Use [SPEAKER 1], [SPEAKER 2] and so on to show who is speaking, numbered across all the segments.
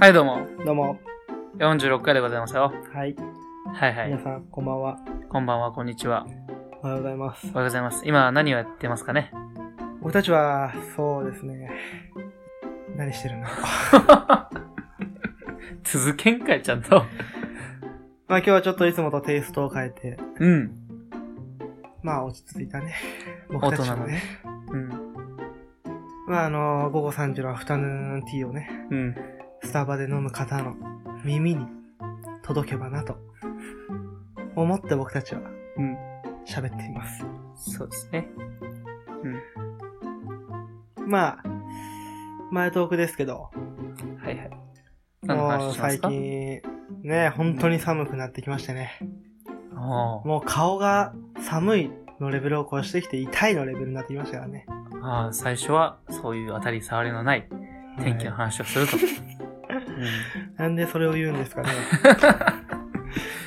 [SPEAKER 1] はい、どうも。
[SPEAKER 2] どうも。
[SPEAKER 1] 46回でございますよ。
[SPEAKER 2] はい。
[SPEAKER 1] はいは
[SPEAKER 2] 皆
[SPEAKER 1] い。
[SPEAKER 2] さん、こんばんは。
[SPEAKER 1] こんばんは、こんにちは。
[SPEAKER 2] おはようございます
[SPEAKER 1] お。はようございます。今、何をやってますかね
[SPEAKER 2] 僕たちは、そうですね。何してるの まあ
[SPEAKER 1] 続けんかい、ちゃんと。
[SPEAKER 2] 今日はちょっといつもとテイストを変えて、
[SPEAKER 1] うん。
[SPEAKER 2] まあ落ち着いたね。 僕たちもね。
[SPEAKER 1] うん。
[SPEAKER 2] まああの、午後3時のアフタヌーンティーをね、
[SPEAKER 1] うん。
[SPEAKER 2] スタバで飲む方の耳に届けばなと、思って僕たちは
[SPEAKER 1] うん。
[SPEAKER 2] 喋っています。
[SPEAKER 1] そうですね。
[SPEAKER 2] まあ、前トークですけど、
[SPEAKER 1] うん。はいはい。何の
[SPEAKER 2] も
[SPEAKER 1] 話
[SPEAKER 2] う
[SPEAKER 1] します
[SPEAKER 2] 最
[SPEAKER 1] か
[SPEAKER 2] 近、ね、本当に寒くなってきましたね。
[SPEAKER 1] おー
[SPEAKER 2] もう顔が寒いのレベルを越してきて痛いのレベルになってきましたからね。
[SPEAKER 1] あー最初は、そういう当たり障りのない天気の
[SPEAKER 2] は
[SPEAKER 1] 話をすると。
[SPEAKER 2] いなんでそれを言うんです かね。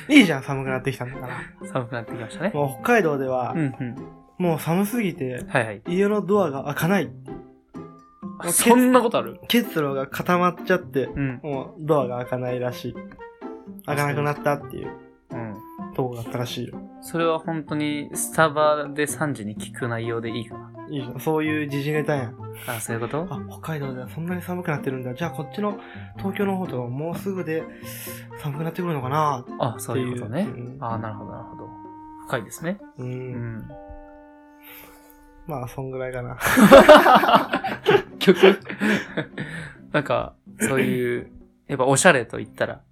[SPEAKER 2] いいじゃん、寒くなってきたんだから。
[SPEAKER 1] うん。寒くなってきました ね。
[SPEAKER 2] もう北海道では
[SPEAKER 1] うん、うん。
[SPEAKER 2] もう寒すぎて、
[SPEAKER 1] はいはい。
[SPEAKER 2] 家のドアが開かない。
[SPEAKER 1] あそんなことある
[SPEAKER 2] 結露が固まっちゃって、
[SPEAKER 1] うん。
[SPEAKER 2] もうドアが開かないらしい。開かなくなったっていう
[SPEAKER 1] うん。
[SPEAKER 2] とこがあったらしいよ。
[SPEAKER 1] それは本当に、スタバで3時に聞く内容でいいかない
[SPEAKER 2] いじゃん。そういう時事ネタやん。
[SPEAKER 1] あーそういうこと
[SPEAKER 2] あ、北海道ではそんなに寒くなってるんだ。じゃあこっちの東京の方とかももうすぐで寒くなってくるのかな
[SPEAKER 1] あ、そういうことね
[SPEAKER 2] っていうう。ん
[SPEAKER 1] ああ、なるほど、なるほど。深いですね。
[SPEAKER 2] う。
[SPEAKER 1] うんん。
[SPEAKER 2] まあ、そんぐらい かな。
[SPEAKER 1] 結局、 なんか、そういう、やっぱおしゃれと言ったら、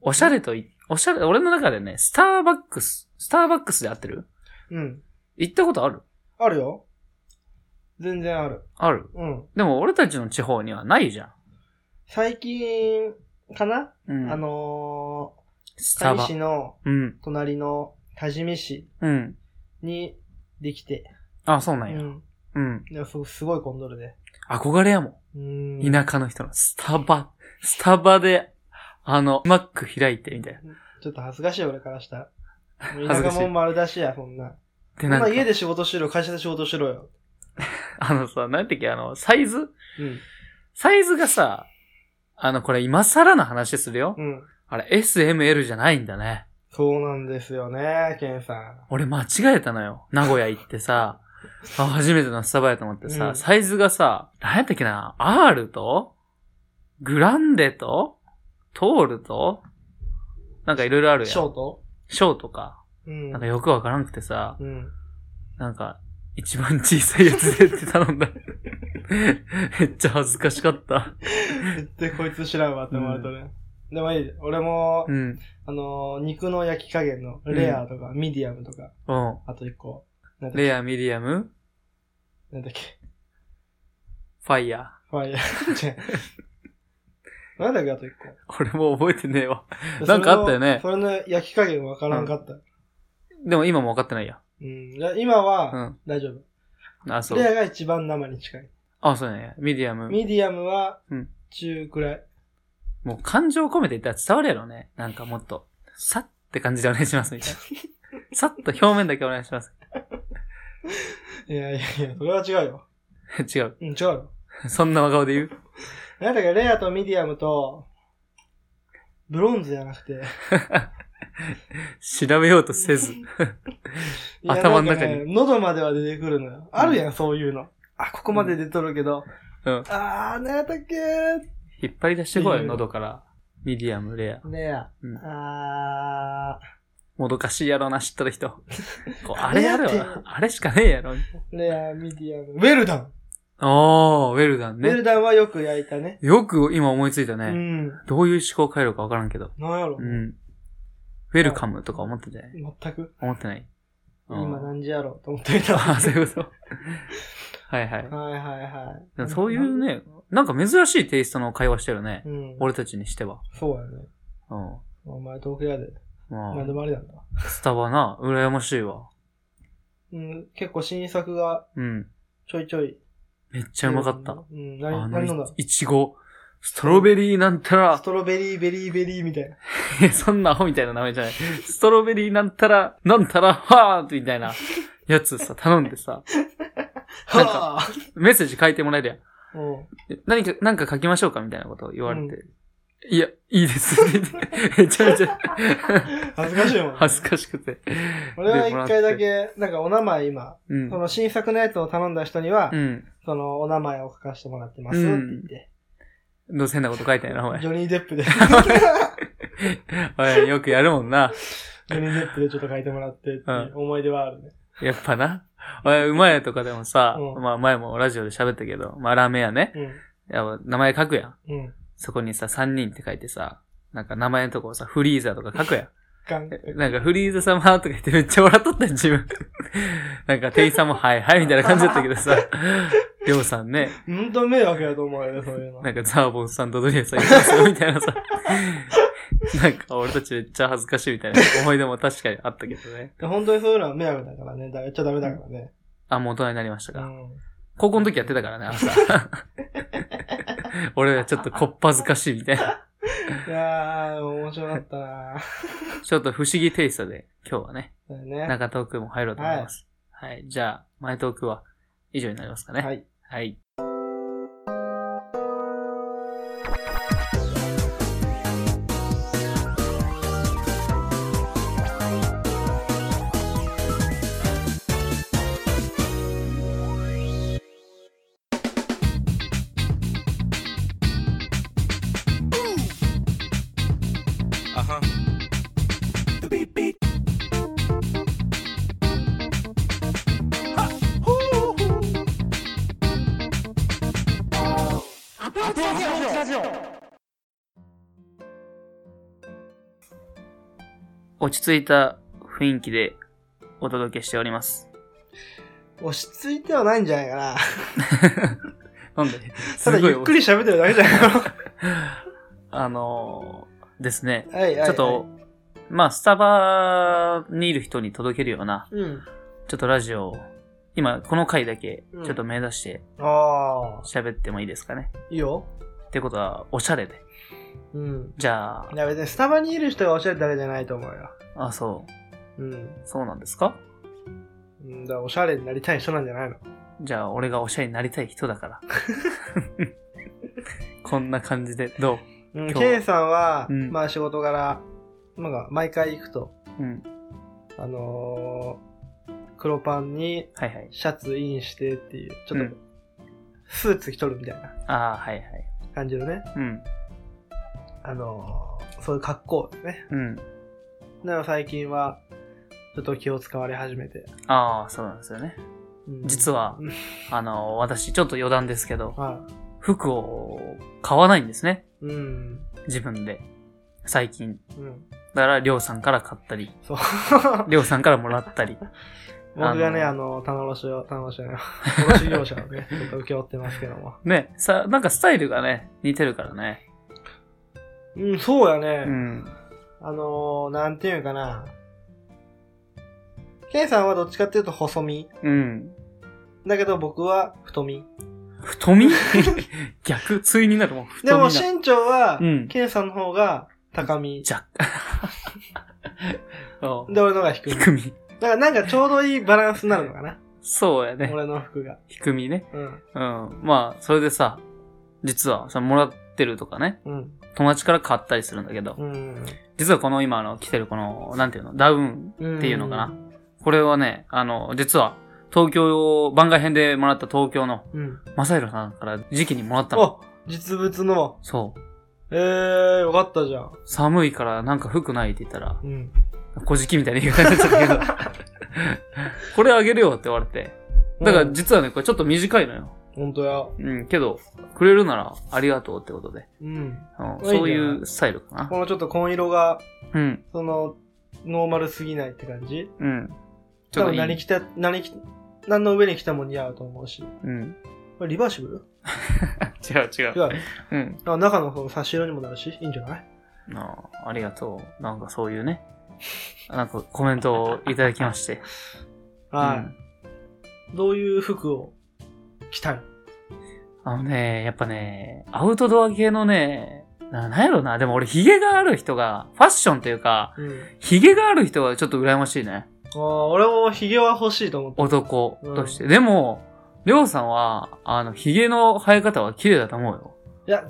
[SPEAKER 1] おしゃれとい、おしゃれ、俺の中でね、スターバックス、スターバックスで合ってる
[SPEAKER 2] うん。
[SPEAKER 1] 行ったことある
[SPEAKER 2] あるよ。全然ある。
[SPEAKER 1] ある。
[SPEAKER 2] うん。
[SPEAKER 1] でも俺たちの地方にはないじゃん。
[SPEAKER 2] 最近、かな、
[SPEAKER 1] うん。
[SPEAKER 2] あ、の
[SPEAKER 1] ス
[SPEAKER 2] ー、
[SPEAKER 1] タ
[SPEAKER 2] 谷
[SPEAKER 1] バ
[SPEAKER 2] 市。の
[SPEAKER 1] うん。
[SPEAKER 2] 隣の多治見市
[SPEAKER 1] うん。
[SPEAKER 2] にできて。
[SPEAKER 1] あ、そうな
[SPEAKER 2] うん
[SPEAKER 1] や。
[SPEAKER 2] ん。
[SPEAKER 1] うん。
[SPEAKER 2] でもすごすごい混んどるね。
[SPEAKER 1] 憧れやも
[SPEAKER 2] うん。
[SPEAKER 1] ん。田舎の人のスタバ、スタバで、あの、マック開いてみたいな。
[SPEAKER 2] ちょっと恥ずかしい俺からした ら。
[SPEAKER 1] ずかしい
[SPEAKER 2] 田舎もん丸出しや、そんな。
[SPEAKER 1] で、
[SPEAKER 2] そ
[SPEAKER 1] なんんか
[SPEAKER 2] な、家で仕事しろ、会社で仕事しろよ。
[SPEAKER 1] あのさ、なんてっけ、あの、サイズ
[SPEAKER 2] うん。
[SPEAKER 1] サイズがさ、あの、これ今更の話するよ。
[SPEAKER 2] うん。
[SPEAKER 1] あれ、SML じゃないんだね。
[SPEAKER 2] そうなんですよね、ケンさん。
[SPEAKER 1] 俺間違えたのよ。名古屋行ってさ、 あ、初めてのスタバやと思ってさ、
[SPEAKER 2] うん
[SPEAKER 1] サイズがさ、何やったっけな、R と、グランデと、トールと、なんかいろいろあるやん。
[SPEAKER 2] シ
[SPEAKER 1] ショ
[SPEAKER 2] ョート
[SPEAKER 1] ーとか。
[SPEAKER 2] うん
[SPEAKER 1] なん。かよくわからんくてさ、
[SPEAKER 2] うん。
[SPEAKER 1] なんか、一番小さいやつでって頼んだ。 めっちゃ恥ずかしかった。
[SPEAKER 2] 絶対こいつ知らんわって思われたね。でもいい。俺も、
[SPEAKER 1] うん。
[SPEAKER 2] あのー、肉の焼き加減のレアとか、ミディアムとか、
[SPEAKER 1] うん。
[SPEAKER 2] あと一個、なんだっけ、
[SPEAKER 1] レア、ミディアム、
[SPEAKER 2] なんだっけ、
[SPEAKER 1] ファイヤー。
[SPEAKER 2] ファイヤー。違うなんだっけ、あと一個。
[SPEAKER 1] 俺もう覚えてねえわ。 なんかあったよね
[SPEAKER 2] それのそれの焼き加減わからんかった。
[SPEAKER 1] でも今も分かってないや。
[SPEAKER 2] うん。いや今
[SPEAKER 1] う
[SPEAKER 2] は、
[SPEAKER 1] ん。
[SPEAKER 2] 大丈夫。
[SPEAKER 1] あ、そう
[SPEAKER 2] レ。アが一番生に近い。
[SPEAKER 1] あ、そうね。ミディアム。
[SPEAKER 2] ミディアムは
[SPEAKER 1] うん、
[SPEAKER 2] 中くらい。
[SPEAKER 1] もう感情込めて言ったら伝わるやろね。なんかもっと、さって感じでお願いします、み たいな。さっと表面だけお願いします。
[SPEAKER 2] いやいやいや、それは違うよ。
[SPEAKER 1] 違う。
[SPEAKER 2] うん、違うよ。
[SPEAKER 1] そんな真顔で言う
[SPEAKER 2] なんだっけ、レアとミディアムと、ブロンズじゃなくて、
[SPEAKER 1] 調べようとせず。
[SPEAKER 2] いや
[SPEAKER 1] 頭の中に
[SPEAKER 2] なんかね喉までは出てくるのよ。あるやん、そういうの。あ、ここまで出とるけど。
[SPEAKER 1] うん。
[SPEAKER 2] あー、なんやったっけー
[SPEAKER 1] 引っ張り出してこい
[SPEAKER 2] い
[SPEAKER 1] よ、
[SPEAKER 2] いよ
[SPEAKER 1] 喉から。ミディアム、レア。
[SPEAKER 2] ねえ。
[SPEAKER 1] うん
[SPEAKER 2] あ
[SPEAKER 1] もどかしいやろな、知っとる 人。こうあれやろ
[SPEAKER 2] あれやって、
[SPEAKER 1] あれしかねえやろ。みたい
[SPEAKER 2] ー、レア、ミディアム。ウェルダン、
[SPEAKER 1] なおー、ウェルダン
[SPEAKER 2] ウェ
[SPEAKER 1] ね
[SPEAKER 2] ル。ダンはよく焼いたね。
[SPEAKER 1] よく今思いついた
[SPEAKER 2] う
[SPEAKER 1] ね。
[SPEAKER 2] ん。
[SPEAKER 1] どういう思考回路かわからんけど。
[SPEAKER 2] なんやろ
[SPEAKER 1] う。ん。ウェルカムとか思ったんじゃない
[SPEAKER 2] 全く、
[SPEAKER 1] 思ってないうん
[SPEAKER 2] 今何時やろうと思ってた。は
[SPEAKER 1] あそういうこと。はいはい
[SPEAKER 2] い。はいはい
[SPEAKER 1] でも。そういう。ね、なんか珍しいテイストの会話してるね。
[SPEAKER 2] うん。
[SPEAKER 1] 俺たちにしては。
[SPEAKER 2] そうやね。
[SPEAKER 1] うん。
[SPEAKER 2] お前東京やで。
[SPEAKER 1] ま
[SPEAKER 2] 何でもありなんだ。
[SPEAKER 1] あ、スタバな、羨ましいわ。
[SPEAKER 2] うん。結構新作が
[SPEAKER 1] うん。ち
[SPEAKER 2] ちょいちょい。め
[SPEAKER 1] め
[SPEAKER 2] っ
[SPEAKER 1] っちゃうまかった。
[SPEAKER 2] うん。
[SPEAKER 1] あ
[SPEAKER 2] 何、何飲ん
[SPEAKER 1] の
[SPEAKER 2] だ、
[SPEAKER 1] いちご、ストロベリーなんた
[SPEAKER 2] ス
[SPEAKER 1] ら、
[SPEAKER 2] トロベリーベリーベリーみたいな。
[SPEAKER 1] いやそんなアホみたいな名前じゃない。ストロベリーなんたら、なんたら、はーみたいなやつさ、頼んでさ、なんか
[SPEAKER 2] はぁ
[SPEAKER 1] メッセージ書いてもらえるやん。
[SPEAKER 2] うおう
[SPEAKER 1] 何か、何か書きましょうかみたいなことを言われて。
[SPEAKER 2] う
[SPEAKER 1] いや、いいです。 めちゃめちゃ
[SPEAKER 2] 恥ずかしいもん、ね。
[SPEAKER 1] 恥ずかしくて。
[SPEAKER 2] 俺は
[SPEAKER 1] でもら
[SPEAKER 2] 一
[SPEAKER 1] っ
[SPEAKER 2] 回だ
[SPEAKER 1] て
[SPEAKER 2] け、なんかお名前今、
[SPEAKER 1] うん
[SPEAKER 2] そ。の新作のやつを頼んだ人には、
[SPEAKER 1] うん。
[SPEAKER 2] そのお名前を書かせてもらってますって言って、
[SPEAKER 1] どうせ変なこと書いたんやな、お前。
[SPEAKER 2] ジョニー・デップで、ジ
[SPEAKER 1] おい、よくやるもんな。
[SPEAKER 2] ョニー・デップでちょっと書いてもらってっていう思い出はあるね。
[SPEAKER 1] やっぱな。おい、うまいとかでもさ、
[SPEAKER 2] うん
[SPEAKER 1] まあ前もラジオで喋ったけど、まあラーメン屋ね。やっぱ名前書くやん。
[SPEAKER 2] うん。うん。
[SPEAKER 1] そこにさ、3人って書いてさ、なんか名前のとこさ、フリーザとか書くやん。
[SPEAKER 2] ガン
[SPEAKER 1] なんかフリーザ様とか言ってめっちゃ笑っとったよ自分。 なんか店員さんもはいはいみたいな感じだったけどさ、りょうさんね、
[SPEAKER 2] ほんと迷惑やと思うよね、そう いうの。
[SPEAKER 1] なんかザーボンさんとドリアさんいますよみたい なさ、なんか俺たちめっちゃ恥ずかしいみたいな思い出も確かにあったけどね。
[SPEAKER 2] で本当にそういうのは迷惑だからね。だやっちゃダメだからね。
[SPEAKER 1] あ、もう大人になりました
[SPEAKER 2] う
[SPEAKER 1] か。
[SPEAKER 2] ん。
[SPEAKER 1] 高校の時やってたからね、朝。 俺はちょっとこっぱずかしいみたいな。
[SPEAKER 2] いやー、面白かったなー。
[SPEAKER 1] ちょっと不思議テイストで今日はね、
[SPEAKER 2] だよね。
[SPEAKER 1] 中トークも入ろうと思います。はい、じゃあ、前トークは以上になりますかね。
[SPEAKER 2] はい。
[SPEAKER 1] はい。
[SPEAKER 3] Uh-huh. Beep beep. Ha! Hoo! Hoo!
[SPEAKER 1] 落ち着いた雰囲気でお届けしており ます。
[SPEAKER 2] 落ち着いてはないんじゃないかな。
[SPEAKER 1] なんで
[SPEAKER 2] ただゆっくり喋ってるだけじ ゃないか
[SPEAKER 1] あのーですね。
[SPEAKER 2] な。はい、はい。
[SPEAKER 1] ちょっと、まあ、スタバにいる人に届けるような、
[SPEAKER 2] はい。うん。
[SPEAKER 1] ちょっとラジオを、今、この回だけ、
[SPEAKER 2] うん
[SPEAKER 1] ちょっと目指して
[SPEAKER 2] あ
[SPEAKER 1] 喋ってもいいですかね。
[SPEAKER 2] ー、いいよ。
[SPEAKER 1] ってことは、おしゃれで。
[SPEAKER 2] うん。
[SPEAKER 1] じゃあ
[SPEAKER 2] い、や、別にスタバにいる人がおっしゃるだけじゃないと思うよ。
[SPEAKER 1] あ、そ
[SPEAKER 2] うん
[SPEAKER 1] う、。そうなんですか
[SPEAKER 2] うん、だからおしゃれになりたい人なんじゃないの
[SPEAKER 1] じゃあ、俺がおしゃれになりたい人だから。 こんな感じで、ど
[SPEAKER 2] うん、
[SPEAKER 1] 今日は
[SPEAKER 2] K さんは、
[SPEAKER 1] うん
[SPEAKER 2] まあ仕事柄、なんか毎回行くと、
[SPEAKER 1] ううん。
[SPEAKER 2] あのー、黒パンに
[SPEAKER 1] はいはい。
[SPEAKER 2] シャツインしてっていう、ちょっ
[SPEAKER 1] う
[SPEAKER 2] と
[SPEAKER 1] ん、
[SPEAKER 2] スーツ着とるみたいな
[SPEAKER 1] ああ、はいはい。
[SPEAKER 2] 感じのね、
[SPEAKER 1] うん。
[SPEAKER 2] あのー、そういう格好ですね。
[SPEAKER 1] うん。
[SPEAKER 2] だから最近は、ちょっと気を使われ始めて。
[SPEAKER 1] ああ、そうなんですよね。実
[SPEAKER 2] は。
[SPEAKER 1] は
[SPEAKER 2] うん、
[SPEAKER 1] あの、私、ちょっと余談ですけど、
[SPEAKER 2] はい。
[SPEAKER 1] 服を買わないんですね。
[SPEAKER 2] うん。
[SPEAKER 1] 自分で。最近。
[SPEAKER 2] うん。
[SPEAKER 1] だから、りょうさんから買ったり、
[SPEAKER 2] そう。
[SPEAKER 1] りょうさんからもらったり。
[SPEAKER 2] 僕がね、あの、棚卸しを、棚卸しね、卸業者を ね、ちょっと請け負ってますけども。
[SPEAKER 1] ね、さ、なんかスタイルがね、似てるからね。
[SPEAKER 2] うん、そうや
[SPEAKER 1] う
[SPEAKER 2] ね。
[SPEAKER 1] ん。
[SPEAKER 2] あのー、なんていうんかな。ケンさんはどっちかっていうと細身。
[SPEAKER 1] うん。
[SPEAKER 2] だけど僕は太身。
[SPEAKER 1] 太 み逆、ついになるもん。
[SPEAKER 2] で
[SPEAKER 1] 太
[SPEAKER 2] も
[SPEAKER 1] みな。
[SPEAKER 2] 身長は、
[SPEAKER 1] うん
[SPEAKER 2] ケンさんの方が高身。
[SPEAKER 1] じゃ、そう
[SPEAKER 2] で、俺の方が低い。だ
[SPEAKER 1] 低み。
[SPEAKER 2] からなんかちょうどいいバランスになるのかな。
[SPEAKER 1] そうやね。
[SPEAKER 2] 俺の服が。
[SPEAKER 1] 低みね。
[SPEAKER 2] うん。
[SPEAKER 1] うん。まあ、それでさ、実は、そのもらってるとかね、
[SPEAKER 2] うん。
[SPEAKER 1] 友達から買ったりするんだけど、
[SPEAKER 2] うん。
[SPEAKER 1] 実はこの今あの着てるこの、なんていうの、ダウン
[SPEAKER 2] っ
[SPEAKER 1] っていうのかな。これはね、あの、実は、東京、番外編でもらった東京の、
[SPEAKER 2] うん。
[SPEAKER 1] マサイロさんから時期にもらったの。
[SPEAKER 2] あ、実物の。
[SPEAKER 1] そう。
[SPEAKER 2] えー、よかったじゃん。
[SPEAKER 1] 寒いからなんか服ないって言ったら、
[SPEAKER 2] うん。
[SPEAKER 1] 小じきみたいな言い方になっち ゃったけど、 これあげるよって言われて。だから
[SPEAKER 2] うん、
[SPEAKER 1] 実はね、これちょっと短いのよ。
[SPEAKER 2] 本当や。
[SPEAKER 1] うん、けど、くれるならありがとうってことで。
[SPEAKER 2] うん。
[SPEAKER 1] うん
[SPEAKER 2] いいね
[SPEAKER 1] そういうスタイルかな
[SPEAKER 2] こ。のちょっと紺色が、
[SPEAKER 1] うん、
[SPEAKER 2] その、ノーマルすぎないって感じ
[SPEAKER 1] うん。ち
[SPEAKER 2] 多
[SPEAKER 1] ょっと
[SPEAKER 2] 分
[SPEAKER 1] い
[SPEAKER 2] 何
[SPEAKER 1] い。
[SPEAKER 2] 着た、何着、何の上に着ても似合うと思うし。
[SPEAKER 1] うん。
[SPEAKER 2] これリバーシブ
[SPEAKER 1] 違う違
[SPEAKER 2] ル
[SPEAKER 1] う。
[SPEAKER 2] 違う。
[SPEAKER 1] うん。
[SPEAKER 2] あ中のその差し色にもなるし、いいんじゃない
[SPEAKER 1] ああありがとう。なんかそういうね、なんかコメントをいただきまして。
[SPEAKER 2] はい、どういう服を着たい
[SPEAKER 1] あのね、やっぱね、アウトドア系のね、ななんやろな。でも俺、ヒゲがある人が、ファッションというか、
[SPEAKER 2] うん。
[SPEAKER 1] ヒゲがある人がちょっと羨ましいね。
[SPEAKER 2] ああ、俺もヒゲは欲しいと思って。
[SPEAKER 1] 男として。でも、りょうさんは、あの、髭の生え方は綺麗だと思うよ。
[SPEAKER 2] いや、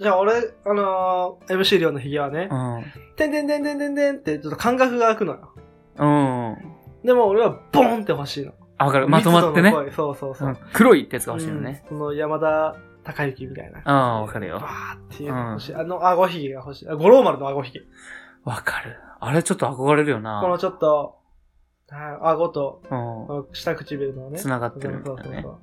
[SPEAKER 2] じゃあ俺、あのー、MC 量のヒゲはね
[SPEAKER 1] う、ん。
[SPEAKER 2] てんてんてんてんてんてんって、ちょっと感覚が空くのよ。
[SPEAKER 1] うん。
[SPEAKER 2] でも俺はボーンって欲しいの。
[SPEAKER 1] あ、わかる。まとまってね。
[SPEAKER 2] 密度の濃いそうそうそうう。
[SPEAKER 1] ん、黒いってやつが欲しいよね。
[SPEAKER 2] うんその山田孝之みたいな。
[SPEAKER 1] うん、わかる
[SPEAKER 2] バ
[SPEAKER 1] よ。
[SPEAKER 2] ーっていうの欲しい。あの、顎ひげが欲しい。あ五郎丸の顎ひげ。
[SPEAKER 1] わかる。あれちょっと憧れるよ
[SPEAKER 2] この
[SPEAKER 1] な。
[SPEAKER 2] ちょっと、あ顎と、
[SPEAKER 1] うん
[SPEAKER 2] こ。の下唇のね。
[SPEAKER 1] 繋がってるみた
[SPEAKER 2] そ
[SPEAKER 1] いうな
[SPEAKER 2] そう
[SPEAKER 1] ね。
[SPEAKER 2] そ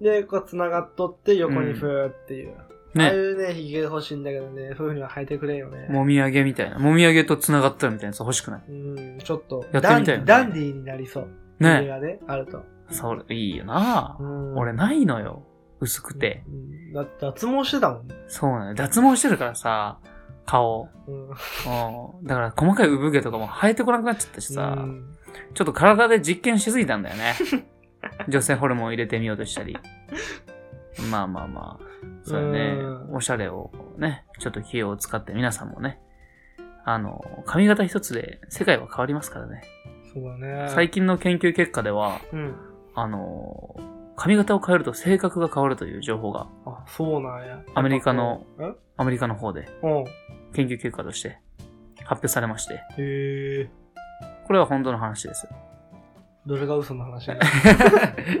[SPEAKER 2] う。で、こう繋がっとって横にふーっていう。ああい
[SPEAKER 1] ね。
[SPEAKER 2] うね、ひげ欲しいんだけどね、そういうふうには生えてくれんよね。
[SPEAKER 1] もみあげみたいな。もみあげと繋がってるみたいなやつ欲しくない
[SPEAKER 2] うん、ちょっと、
[SPEAKER 1] やってみたいよね
[SPEAKER 2] ダンディダンディーになりそう。ひげ
[SPEAKER 1] ね。
[SPEAKER 2] がね、あると。
[SPEAKER 1] それ、いいよな
[SPEAKER 2] う。ん
[SPEAKER 1] 俺ないのよ。薄くて。。
[SPEAKER 2] うんだ脱毛してたもん。
[SPEAKER 1] そうなのよ。脱毛してるからさ、顔。
[SPEAKER 2] うん。
[SPEAKER 1] うん。だから細かい産毛とかも生えてこなくなっちゃったし
[SPEAKER 2] う
[SPEAKER 1] さ、
[SPEAKER 2] ん
[SPEAKER 1] ちょっと体で実験しすぎたんだよね。 女性ホルモン入れてみようとしたり。まあまあまあ。それね
[SPEAKER 2] う、ん
[SPEAKER 1] おしゃれをね、ちょっと費用を使って皆さんもね、あの、髪型一つで世界は変わりますからね。
[SPEAKER 2] そうだね。
[SPEAKER 1] 最近の研究結果では、
[SPEAKER 2] うん。
[SPEAKER 1] あの、髪型を変えると性格が変わるという情報が、
[SPEAKER 2] あ、そうなんや。
[SPEAKER 1] アメリカの
[SPEAKER 2] え
[SPEAKER 1] アメリカの方で
[SPEAKER 2] うん。
[SPEAKER 1] 研究結果として発表されまして、
[SPEAKER 2] へえ。
[SPEAKER 1] これは本当の話ですよ。
[SPEAKER 2] どれが嘘 の話だ
[SPEAKER 1] い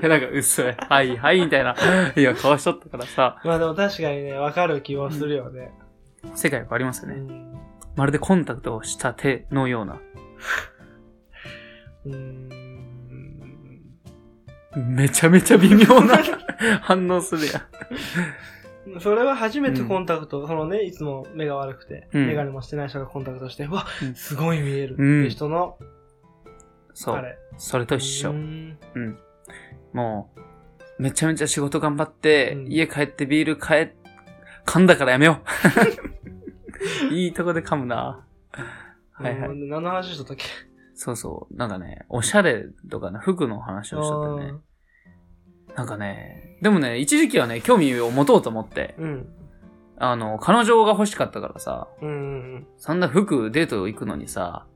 [SPEAKER 1] やなんか、嘘やはい、はい、みたいな。いや、かわしとったからさ、
[SPEAKER 2] まあでも確かにね、わかる気はするよね。
[SPEAKER 1] 世界変わりますよ
[SPEAKER 2] う
[SPEAKER 1] ね。
[SPEAKER 2] ん。
[SPEAKER 1] まるでコンタクトをした手のような、
[SPEAKER 2] うーん。
[SPEAKER 1] めちゃめちゃ微妙 な反応するやん。
[SPEAKER 2] それは初めてコンタクト、そのね、いつも目が悪くて、
[SPEAKER 1] うん
[SPEAKER 2] メガネもしてない人がコンタクトして、うわ
[SPEAKER 1] うん、
[SPEAKER 2] すごい見える
[SPEAKER 1] うん
[SPEAKER 2] って人の、
[SPEAKER 1] そ
[SPEAKER 2] あ
[SPEAKER 1] う。
[SPEAKER 2] れ。
[SPEAKER 1] それと一緒
[SPEAKER 2] うー。ん
[SPEAKER 1] うん。もう、めちゃめちゃ仕事頑張って、
[SPEAKER 2] うん
[SPEAKER 1] 家帰ってビール買え、噛んだからやめよ う。いいとこで噛むな。はいはい。
[SPEAKER 2] うん何の話しとったっけ
[SPEAKER 1] そうそう。なんかね、おしゃれとかね、服の話をしとったよね。
[SPEAKER 2] あ
[SPEAKER 1] なんかね、でもね、一時期はね、興味を持とうと思って
[SPEAKER 2] ー、うん。
[SPEAKER 1] あの、彼女が欲しかったからさ、
[SPEAKER 2] うんうんうん。
[SPEAKER 1] そんな服、デート行くのにさ、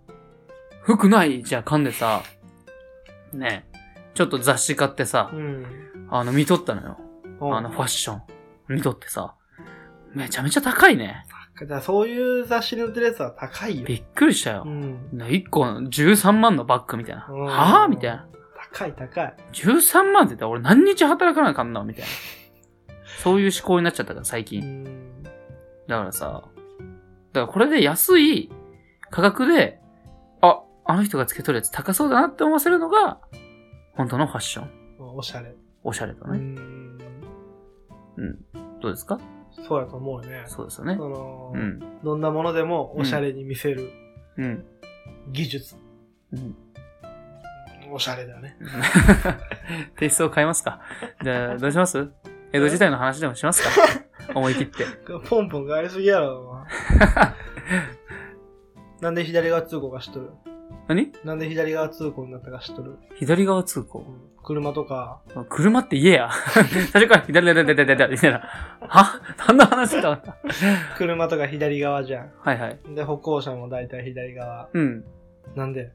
[SPEAKER 1] 服ないじゃあ噛んでさ、ね、ちょっと雑誌買ってさ
[SPEAKER 2] う、ん。
[SPEAKER 1] あの、見とったのよ。あの、ファッション、見とってさ、めちゃめちゃ高いね。
[SPEAKER 2] だからそういう雑誌に売ってるやつは高いよ。
[SPEAKER 1] びっくりした
[SPEAKER 2] う
[SPEAKER 1] よ。
[SPEAKER 2] ん。
[SPEAKER 1] 1個13万のバッグみたいな。
[SPEAKER 2] うん
[SPEAKER 1] はぁみたいな。
[SPEAKER 2] 高い高い。
[SPEAKER 1] 13万って言ったら俺何日働かなあかんのみたいな。そういう思考になっちゃったから、最
[SPEAKER 2] う
[SPEAKER 1] 近。
[SPEAKER 2] ん
[SPEAKER 1] だからさ、だからこれで安い価格で、あ、あの人がつけとるやつ高そうだなって思わせるのが、本当のファッション。
[SPEAKER 2] おしゃれ。
[SPEAKER 1] おしゃれだ
[SPEAKER 2] う
[SPEAKER 1] ね。
[SPEAKER 2] ん。
[SPEAKER 1] どうですか
[SPEAKER 2] そうやと思うよね。
[SPEAKER 1] そうですよね。
[SPEAKER 2] その、
[SPEAKER 1] うん。
[SPEAKER 2] どんなものでもおしゃれに見せる
[SPEAKER 1] うん。
[SPEAKER 2] 技術。
[SPEAKER 1] うん
[SPEAKER 2] おしゃれだね。
[SPEAKER 1] テイストを変えますかじゃあ、どうします江戸時代の話でもしますか 思い切って。
[SPEAKER 2] ポンポンがありすぎや ろ、お前なんで左側通行が知っとる
[SPEAKER 1] 何
[SPEAKER 2] なんで左側通行になったか知っとる、
[SPEAKER 1] 左側通
[SPEAKER 2] う
[SPEAKER 1] 行。
[SPEAKER 2] ん車とか、
[SPEAKER 1] 車って言えや。 最初から左だだだだだだみたいな。は何の話だった
[SPEAKER 2] 車とか左側じゃ
[SPEAKER 1] はいはい。
[SPEAKER 2] ん。で、歩行者も大体左側。
[SPEAKER 1] うん。
[SPEAKER 2] なんで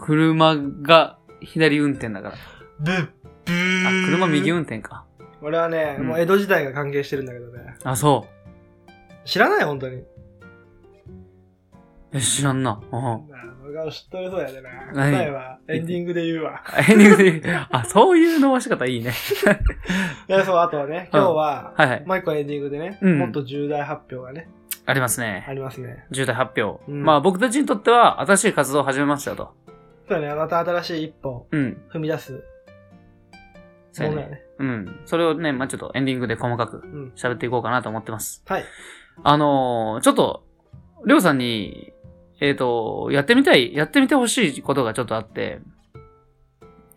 [SPEAKER 1] 車が左運転だから。
[SPEAKER 2] ブッブ
[SPEAKER 1] あ
[SPEAKER 2] ー、
[SPEAKER 1] 車右運転か。
[SPEAKER 2] 俺はね、
[SPEAKER 1] うん
[SPEAKER 2] もう江戸時代が関係してるんだけどね。
[SPEAKER 1] あ、そ
[SPEAKER 2] 知らない本当に。
[SPEAKER 1] う。え、知らんな。うん。
[SPEAKER 2] なあ俺が知っとるそうやでな。
[SPEAKER 1] 何
[SPEAKER 2] 答えはエンディングで言うわ。
[SPEAKER 1] エンディングで、 あ、そういう伸ばし方いいね。
[SPEAKER 2] で、そう、あとはね、
[SPEAKER 1] うん
[SPEAKER 2] 今日は、
[SPEAKER 1] はいはい。
[SPEAKER 2] もう一個エンディングでね、
[SPEAKER 1] うん
[SPEAKER 2] もっと重大発表がね、
[SPEAKER 1] ありますね
[SPEAKER 2] あ。りますね。
[SPEAKER 1] 重大発表。
[SPEAKER 2] うん
[SPEAKER 1] まあ僕たちにとっては新しい活動を始めましたと。
[SPEAKER 2] そうだね、また新しい一歩を
[SPEAKER 1] うん。
[SPEAKER 2] 踏み出すも
[SPEAKER 1] そう
[SPEAKER 2] の
[SPEAKER 1] や
[SPEAKER 2] だよ
[SPEAKER 1] ね。
[SPEAKER 2] ね。
[SPEAKER 1] うん。それをね、まあちょっとエンディングで細かく
[SPEAKER 2] うん。
[SPEAKER 1] 喋っていこうかなと思ってます。
[SPEAKER 2] はい。
[SPEAKER 1] あのーちょっと、りょうさんに、えっ、と、やってみたい、やってみてほしいことがちょっとあって、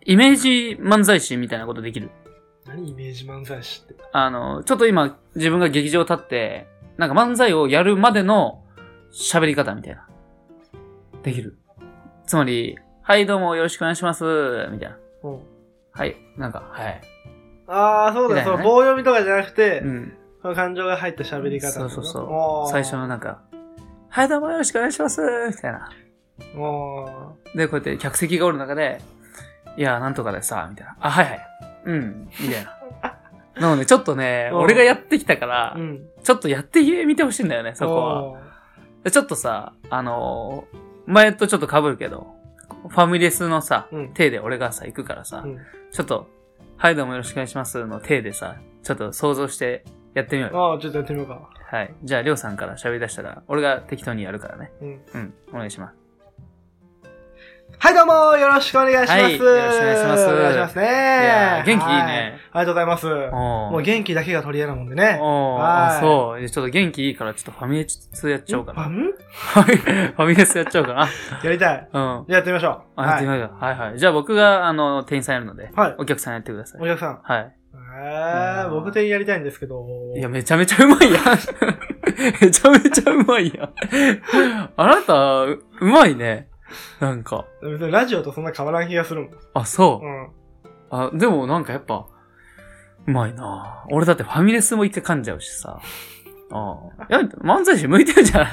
[SPEAKER 1] イメージ漫才師みたいなことできる。
[SPEAKER 2] 何イメージ漫才師って。
[SPEAKER 1] あの、ちょっと今、自分が劇場立って、なんか漫才をやるまでの喋り方みたいな。できる。つまり、はい、どうもよろしくお願いします、みたいな。
[SPEAKER 2] うん。
[SPEAKER 1] はい、なんか、はい。
[SPEAKER 2] あー、そうだ、
[SPEAKER 1] みたいなね
[SPEAKER 2] その棒読みとかじゃなくて、
[SPEAKER 1] うん。
[SPEAKER 2] その感情が入った喋り方
[SPEAKER 1] そうそうそう
[SPEAKER 2] おー
[SPEAKER 1] 最初のなんか、はい、どうもよろしくお願いします、みたいな。
[SPEAKER 2] おー
[SPEAKER 1] で、こうやって客席がおる中で、いや、なんとかでさ、みたいな。あ、はいはい。うん、みたいな。 なので、ちょっとね、
[SPEAKER 2] うん
[SPEAKER 1] 俺がやってきたから、
[SPEAKER 2] うん。
[SPEAKER 1] ちょっとやってみてほしいんだよね、そこは。
[SPEAKER 2] おー。
[SPEAKER 1] でちょっとさ、あのー前とちょっと被るけど、ファミレスのさ、
[SPEAKER 2] うん
[SPEAKER 1] 手で俺がさ、行くからさ、
[SPEAKER 2] うん
[SPEAKER 1] ちょっと、はいどうもよろしくお願いしますの手でさ、ちょっと想像してやってみようよ。
[SPEAKER 2] ああ、ちょっとやってみようか。
[SPEAKER 1] はい。じゃあ、りょうさんから喋り出したら、俺が適当にやるからね。
[SPEAKER 2] うん。
[SPEAKER 1] うん、お願いします。
[SPEAKER 2] はい、どうも、よろしくお願いします。
[SPEAKER 1] はいよろしくお願いします
[SPEAKER 2] お願いしますね。
[SPEAKER 1] いやー元気いい
[SPEAKER 2] は
[SPEAKER 1] ね。
[SPEAKER 2] ありがとうございます。
[SPEAKER 1] おー
[SPEAKER 2] もう元気だけが取り柄なもんでね。
[SPEAKER 1] おー
[SPEAKER 2] はい
[SPEAKER 1] あそう。じゃあちょっと元気いいから、ちょっとファミレスやっちゃおうか
[SPEAKER 2] う
[SPEAKER 1] な。
[SPEAKER 2] ん
[SPEAKER 1] はい ファミレスやっちゃおうかな。
[SPEAKER 2] やりたい。
[SPEAKER 1] うん。
[SPEAKER 2] じゃあやってみましょう。
[SPEAKER 1] あ、やってみ
[SPEAKER 2] はい。
[SPEAKER 1] ましょうはいはい。じゃあ僕が、あの、店員さんやるので、
[SPEAKER 2] はい
[SPEAKER 1] お客さんやってください
[SPEAKER 2] お。客さん。
[SPEAKER 1] はい。
[SPEAKER 2] え
[SPEAKER 1] う
[SPEAKER 2] ー、
[SPEAKER 1] ん
[SPEAKER 2] 僕店員やりたいんですけど。
[SPEAKER 1] いや、めちゃめちゃうまいやん。 めちゃめちゃうまいやん。あなた、ううまいね。なんか。
[SPEAKER 2] 別にラジオとそんな変わらん気がするもん。
[SPEAKER 1] あ、そう。
[SPEAKER 2] うん。
[SPEAKER 1] あ、でもなんかやっぱ、うまいな俺だってファミレスも一回噛んじゃうしさ。ああ。いや、漫才師向いてるじゃ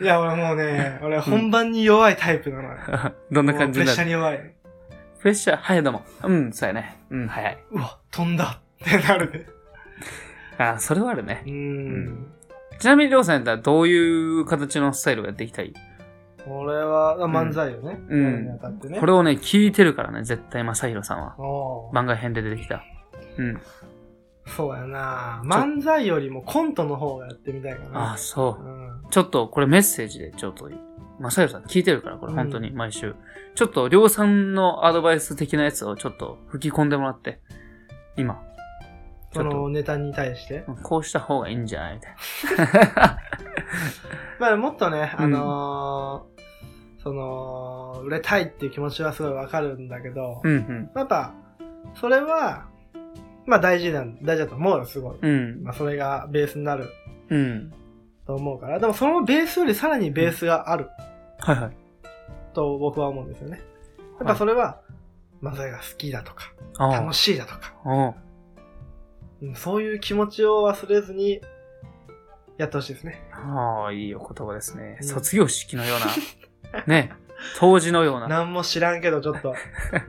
[SPEAKER 2] いや、俺も うね、俺本番に弱いタイプなのよ。
[SPEAKER 1] ん。 どんな感じ
[SPEAKER 2] も
[SPEAKER 1] に
[SPEAKER 2] うプレッ
[SPEAKER 1] な
[SPEAKER 2] シャ
[SPEAKER 1] る
[SPEAKER 2] ーに弱い。
[SPEAKER 1] プレッシャー、はい、どうも。うん、そうやね。うん、はいはい。
[SPEAKER 2] うわ、飛んだってなるね。
[SPEAKER 1] あ、それはあるね
[SPEAKER 2] う。ん。
[SPEAKER 1] ちなみに、りょうさんやったらどういう形のスタイルをやっていきたい
[SPEAKER 2] 俺は、あ漫才よね。
[SPEAKER 1] うん
[SPEAKER 2] やるにあたってね。
[SPEAKER 1] これをね、聞いてるからね、絶対、まさひろさんは。
[SPEAKER 2] おー
[SPEAKER 1] 番外編で出てきた。うん。
[SPEAKER 2] そうやな漫才よりもコントの方がやってみたいか
[SPEAKER 1] あ
[SPEAKER 2] な。
[SPEAKER 1] あ、そう
[SPEAKER 2] う。ん。
[SPEAKER 1] ちょっとこれメッセージでちょっと、まさよさん聞いてるから、これ本当に毎週。ちょっと、りょうさんのアドバイス的なやつをちょっと吹き込んでもらって、今、ち
[SPEAKER 2] そ
[SPEAKER 1] ょっ
[SPEAKER 2] の
[SPEAKER 1] と、
[SPEAKER 2] ネタに対して。
[SPEAKER 1] こうした方がいいんじゃないみたい
[SPEAKER 2] まあ、もっとね、
[SPEAKER 1] うん
[SPEAKER 2] あのーその、売れたいっていう気持ちはすごいわかるんだけど、
[SPEAKER 1] な。うん
[SPEAKER 2] やっぱ、それは、まあ大事なん、大事だと思うよ、すごい。
[SPEAKER 1] うん。うん。
[SPEAKER 2] まあそれがベースになる
[SPEAKER 1] うん。
[SPEAKER 2] と思うから。でもそのベースよりさらにベースがある
[SPEAKER 1] はいはい。
[SPEAKER 2] と僕は思うんですよね。やっぱそれは、漫才が好きだとか、
[SPEAKER 1] ああ
[SPEAKER 2] 楽しいだとか、
[SPEAKER 1] ああ。
[SPEAKER 2] うんそういう気持ちを忘れずに、やってほしいですね。
[SPEAKER 1] ああ、いいお言葉ですね。
[SPEAKER 2] うん
[SPEAKER 1] 卒業式のよう な、ね、当時のような。
[SPEAKER 2] なんも知らんけど、ちょっと。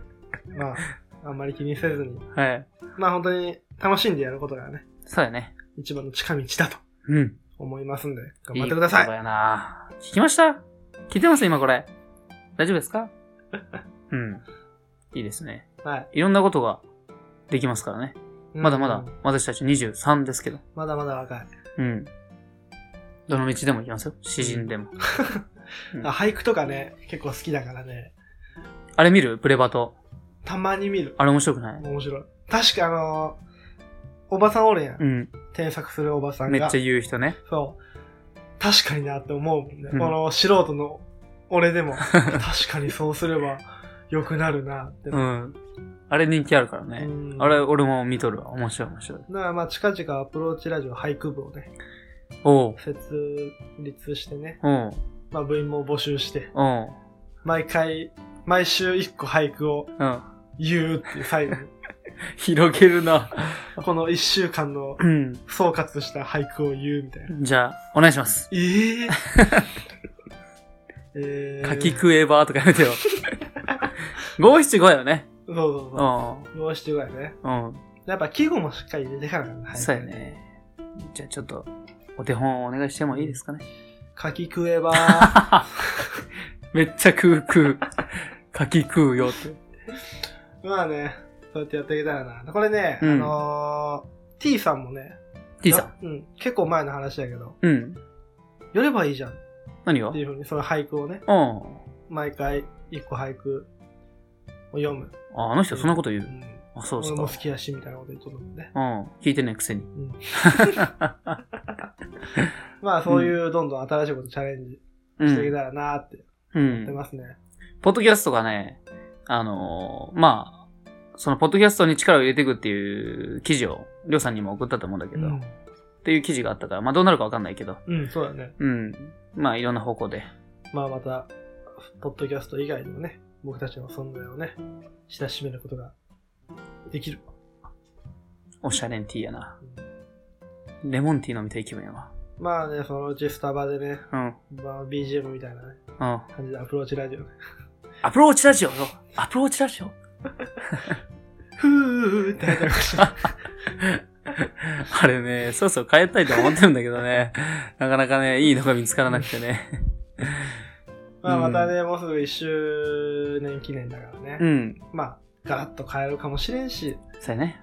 [SPEAKER 2] まあ、あんまり気にせずに。
[SPEAKER 1] はい。
[SPEAKER 2] まあ本当に楽しんでやることがね、
[SPEAKER 1] そうだね。
[SPEAKER 2] 一番の近道だと
[SPEAKER 1] うん。
[SPEAKER 2] 思いますんで、頑張ってください。
[SPEAKER 1] いい言葉やな聞きました聞いてます今これ。大丈夫です かうん。いいですね。
[SPEAKER 2] はい。
[SPEAKER 1] いろんなことができますからね。
[SPEAKER 2] うん
[SPEAKER 1] まだまだ、。私たち23ですけど。
[SPEAKER 2] まだまだ若い。
[SPEAKER 1] うん。どの道でも行きますよ。詩人でも。うん
[SPEAKER 2] あ俳句とかね、結構好きだからね、
[SPEAKER 1] あれ見るプレバト。
[SPEAKER 2] たまに見る。
[SPEAKER 1] あれ面白くない
[SPEAKER 2] 面白い。確かあのーおばさんおるやん。
[SPEAKER 1] うん。
[SPEAKER 2] 添削するおばさん
[SPEAKER 1] め
[SPEAKER 2] が。
[SPEAKER 1] っちゃ言う人ね。
[SPEAKER 2] そう。確かになって思うもんね。
[SPEAKER 1] うん
[SPEAKER 2] この素人の 俺でも、確かにそうすれば良くなるなって。
[SPEAKER 1] うん。あれ人気あるからね。
[SPEAKER 2] うん
[SPEAKER 1] あれ俺も見とるわ。面白い面白い。
[SPEAKER 2] だからまあ近々アプローチラジオ俳句部をね、
[SPEAKER 1] おう。
[SPEAKER 2] 設立してね、
[SPEAKER 1] おう。
[SPEAKER 2] まあ部員も募集して、
[SPEAKER 1] おう。
[SPEAKER 2] 毎回、毎週一個俳句を
[SPEAKER 1] うん。
[SPEAKER 2] 言うってい う最後に、
[SPEAKER 1] 広げるな。
[SPEAKER 2] この一週間の
[SPEAKER 1] うん。
[SPEAKER 2] 総括した俳句を言うみたいな。
[SPEAKER 1] じゃあ、お願いします。
[SPEAKER 2] えええー。
[SPEAKER 1] かき食えばとかやめて よ。五七五よね。
[SPEAKER 2] そうそう
[SPEAKER 1] う
[SPEAKER 2] そ
[SPEAKER 1] ん。
[SPEAKER 2] う。どうしてぐらいね。
[SPEAKER 1] うん。
[SPEAKER 2] やっぱ季語もしっかり入れてからね。
[SPEAKER 1] そうや。ね。じゃあちょっと、お手本をお願いしてもいいです かね。
[SPEAKER 2] かき食 えばー
[SPEAKER 1] めっちゃ食う食う。かき食うよって。
[SPEAKER 2] まあね、そうやってやっていけたらな。これね、
[SPEAKER 1] うん
[SPEAKER 2] あのー、T さんもね、
[SPEAKER 1] T さん。
[SPEAKER 2] ん。うん。結構前の話だけど、
[SPEAKER 1] うん。
[SPEAKER 2] やればいいじゃんっ
[SPEAKER 1] 何が
[SPEAKER 2] ていうふうに、その俳句をね、
[SPEAKER 1] うん。あ
[SPEAKER 2] 毎回一個俳句を読む。
[SPEAKER 1] あの人そんなこと言
[SPEAKER 2] う
[SPEAKER 1] う。
[SPEAKER 2] ん
[SPEAKER 1] あ、そうで
[SPEAKER 2] 俺
[SPEAKER 1] す
[SPEAKER 2] も
[SPEAKER 1] か
[SPEAKER 2] 好。きやし、みたいなこと言っとるもんね。
[SPEAKER 1] うん。聞いてね、くせに。
[SPEAKER 2] うんまあ、そういう、どんどん新しいことチャレンジ
[SPEAKER 1] う
[SPEAKER 2] していけ
[SPEAKER 1] ん。
[SPEAKER 2] たらなーって
[SPEAKER 1] う
[SPEAKER 2] 思って
[SPEAKER 1] ん。
[SPEAKER 2] ますね。
[SPEAKER 1] ポッドキャストがね、あのーまあ、そのポッドキャストに力を入れていくっていう記事を、りょうさんにも送ったと思うんだけど、
[SPEAKER 2] うん
[SPEAKER 1] っていう記事があったから、まあどうなるかわかんないけど、
[SPEAKER 2] うん、そうだね。
[SPEAKER 1] うん。まあいろんな方向で。
[SPEAKER 2] まあ、また、ポッドキャスト以外のね、僕たちの存在をね、親しめることができる。
[SPEAKER 1] おしゃれんティーやな。レモンティー飲みたい気分やわ。
[SPEAKER 2] まあね、そのうちスタバでね、
[SPEAKER 1] うん。うん。
[SPEAKER 2] まあ、BGM みたいな、ね、
[SPEAKER 1] ア
[SPEAKER 2] 感じでアプローチラジオね。
[SPEAKER 1] プローチラジオよアプローチラジオ
[SPEAKER 2] ふーってやりました。
[SPEAKER 1] あれね、そろそろ変えたいと思ってるんだけどね、 なかなかね、いいのが見つからなくてね。
[SPEAKER 2] まあまたね、もうすぐ1周年記念だからね。
[SPEAKER 1] うん。
[SPEAKER 2] まあ、ガラッと変えるかもしれんし、
[SPEAKER 1] そうやね。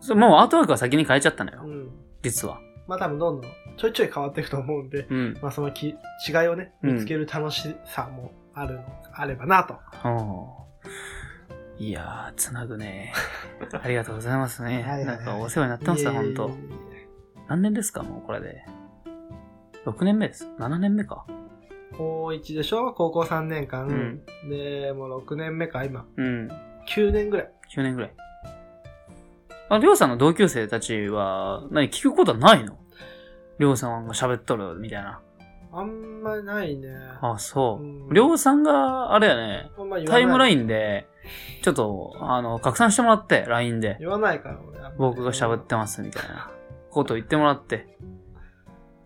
[SPEAKER 1] そうもうアートワークは先に変えちゃったの
[SPEAKER 2] う
[SPEAKER 1] よ、
[SPEAKER 2] ん。
[SPEAKER 1] 実は。
[SPEAKER 2] まあ多分どんどんちょいちょい変わっていくと思うんで、
[SPEAKER 1] うん。
[SPEAKER 2] まあそのき違いをね、
[SPEAKER 1] うん
[SPEAKER 2] 見つける楽しさもあるの、あればなと。
[SPEAKER 1] おーいやー、つなぐね。ありがとうございます ね。
[SPEAKER 2] はいはいは
[SPEAKER 1] ないんかお世話になってますよ、ほんと。何年ですか、もうこれで。6年目です。7年目か。
[SPEAKER 2] 高1でしょ高校3年間。
[SPEAKER 1] うん
[SPEAKER 2] で、もう6年目か、今。
[SPEAKER 1] うん。
[SPEAKER 2] 9年ぐらい。
[SPEAKER 1] 9年ぐらい。あ、りょうさんの同級生たちは、何、聞くことはないのりょうさんが喋っとる、みたいな。
[SPEAKER 2] あんまりないね。
[SPEAKER 1] あ、そうう。
[SPEAKER 2] ん
[SPEAKER 1] りょうさんが、あれやね、
[SPEAKER 2] あんま言わな
[SPEAKER 1] タ
[SPEAKER 2] い
[SPEAKER 1] イムラインで、ちょっと、あの、拡散してもらって、LINE で。
[SPEAKER 2] 言わないから、俺あんまり。
[SPEAKER 1] 僕が喋ってます、みたいなことを言ってもらって。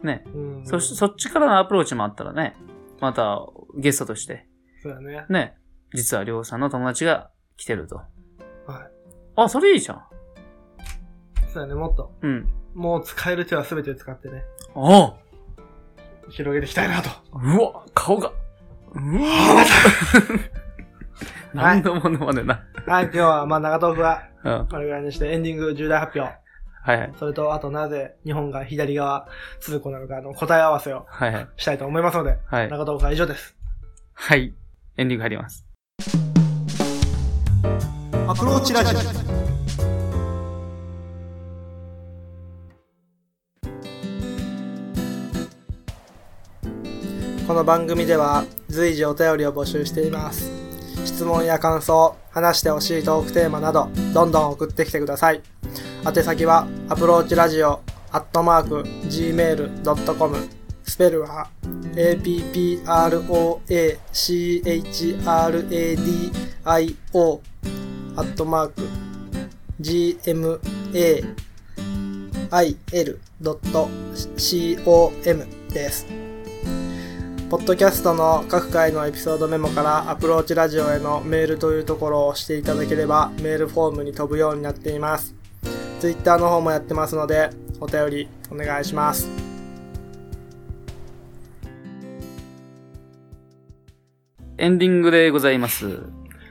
[SPEAKER 1] ね。
[SPEAKER 2] うん。
[SPEAKER 1] そし、そっちからのアプローチもあったらね、また、ゲストとして、
[SPEAKER 2] そうだね。
[SPEAKER 1] ね、実はりょうさんの友達が来てると。
[SPEAKER 2] は
[SPEAKER 1] あ、それいいじゃん。
[SPEAKER 2] そうだね、もっと。
[SPEAKER 1] うん。
[SPEAKER 2] もう使える手は全て使ってね、
[SPEAKER 1] おう
[SPEAKER 2] 広げていきたい なと。
[SPEAKER 1] うわ、顔 が。うわ
[SPEAKER 2] はい
[SPEAKER 1] 何のものまでな。
[SPEAKER 2] はい、今日は、まあ、長東区は、
[SPEAKER 1] うん。は
[SPEAKER 2] これぐらいにして、エンディング重大発表。
[SPEAKER 1] いはい。
[SPEAKER 2] それと、あと、なぜ、日本が左側、鈴子なのか、の、答え合わせを
[SPEAKER 1] はいはい。
[SPEAKER 2] したいと思いますので、
[SPEAKER 1] はい。
[SPEAKER 2] 長東区は以上です。
[SPEAKER 1] はい。エンディング入ります。
[SPEAKER 2] アプローチラジオ。この番組では随時お便りを募集しています。質問や感想、話してほしいトークテーマなど、どんどん送ってきてください。宛先は、アプローチラジオ、アットマーク、gmail.com、スペルは、approachradio、アットマーク、gmail.com です。ポッドキャストの各回のエピソードメモからアプローチラジオへのメールというところを押していただければメールフォームに飛ぶようになっています。ツイッターの方もやってますのでお便りお願いします。
[SPEAKER 1] エンディングでございます。えっ、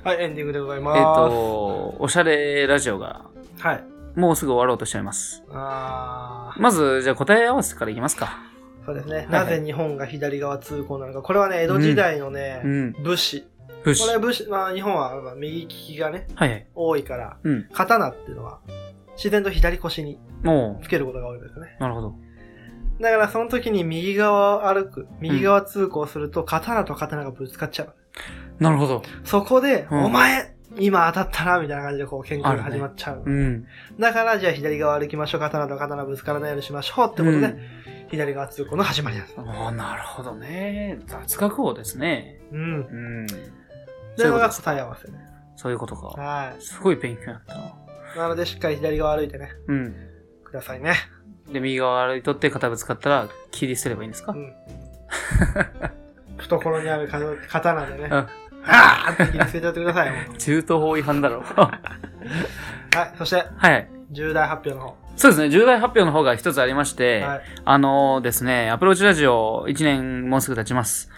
[SPEAKER 2] はい、エンディングでございます。
[SPEAKER 1] と、おしゃれラジオが、
[SPEAKER 2] はい。
[SPEAKER 1] もうすぐ終わろうとしております。
[SPEAKER 2] あ
[SPEAKER 1] まず、じゃあ答え合わせからいきますか。
[SPEAKER 2] ーそうですね。
[SPEAKER 1] はい
[SPEAKER 2] なぜ日本が左側通行なのか。これはね、江戸時代のね、
[SPEAKER 1] うん。
[SPEAKER 2] 武士。
[SPEAKER 1] 武士。
[SPEAKER 2] こ
[SPEAKER 1] は
[SPEAKER 2] れ
[SPEAKER 1] い
[SPEAKER 2] は武士、まあ日本はまあ右利きがね、
[SPEAKER 1] はい。
[SPEAKER 2] 多いから、
[SPEAKER 1] うん。
[SPEAKER 2] 刀っていうのは自然と左腰に
[SPEAKER 1] も
[SPEAKER 2] つけることが多いですね。
[SPEAKER 1] う、なるほど。
[SPEAKER 2] だからその時に右側を歩く、右側通行すると刀と刀がぶつかっちゃう。
[SPEAKER 1] なるほど。
[SPEAKER 2] そこで、
[SPEAKER 1] うん
[SPEAKER 2] お前今当たったなみたいな感じでこう喧嘩が始まっちゃう。
[SPEAKER 1] うん。
[SPEAKER 2] だからじゃあ左側歩きましょう、刀と刀ぶつからないようにしましょうってことで、
[SPEAKER 1] うん
[SPEAKER 2] 左側通行の始まりなんです。
[SPEAKER 1] ああ、なるほどね。雑学王ですね。
[SPEAKER 2] うん。
[SPEAKER 1] うん。
[SPEAKER 2] で、の
[SPEAKER 1] こと
[SPEAKER 2] が
[SPEAKER 1] です
[SPEAKER 2] 答え合わせね。
[SPEAKER 1] そういうことか。
[SPEAKER 2] は
[SPEAKER 1] すごい勉強になったな。
[SPEAKER 2] い。なのでしっかり左側歩いてね、
[SPEAKER 1] うん。
[SPEAKER 2] くださいね。
[SPEAKER 1] で、右側歩いとって肩ぶつかったら、切りすればいいんですか
[SPEAKER 2] う、ん。懐にある刀でね、
[SPEAKER 1] うん
[SPEAKER 2] はぁって切りつけちゃってください よ。
[SPEAKER 1] 中東法違反だろ。 は
[SPEAKER 2] はい、そして、
[SPEAKER 1] い。
[SPEAKER 2] 重大発表の
[SPEAKER 1] そうですね、重大発表の方が一つありまして、
[SPEAKER 2] 方。はい。
[SPEAKER 1] あのですね、アプローチラジオ1年もうすぐ経ちます。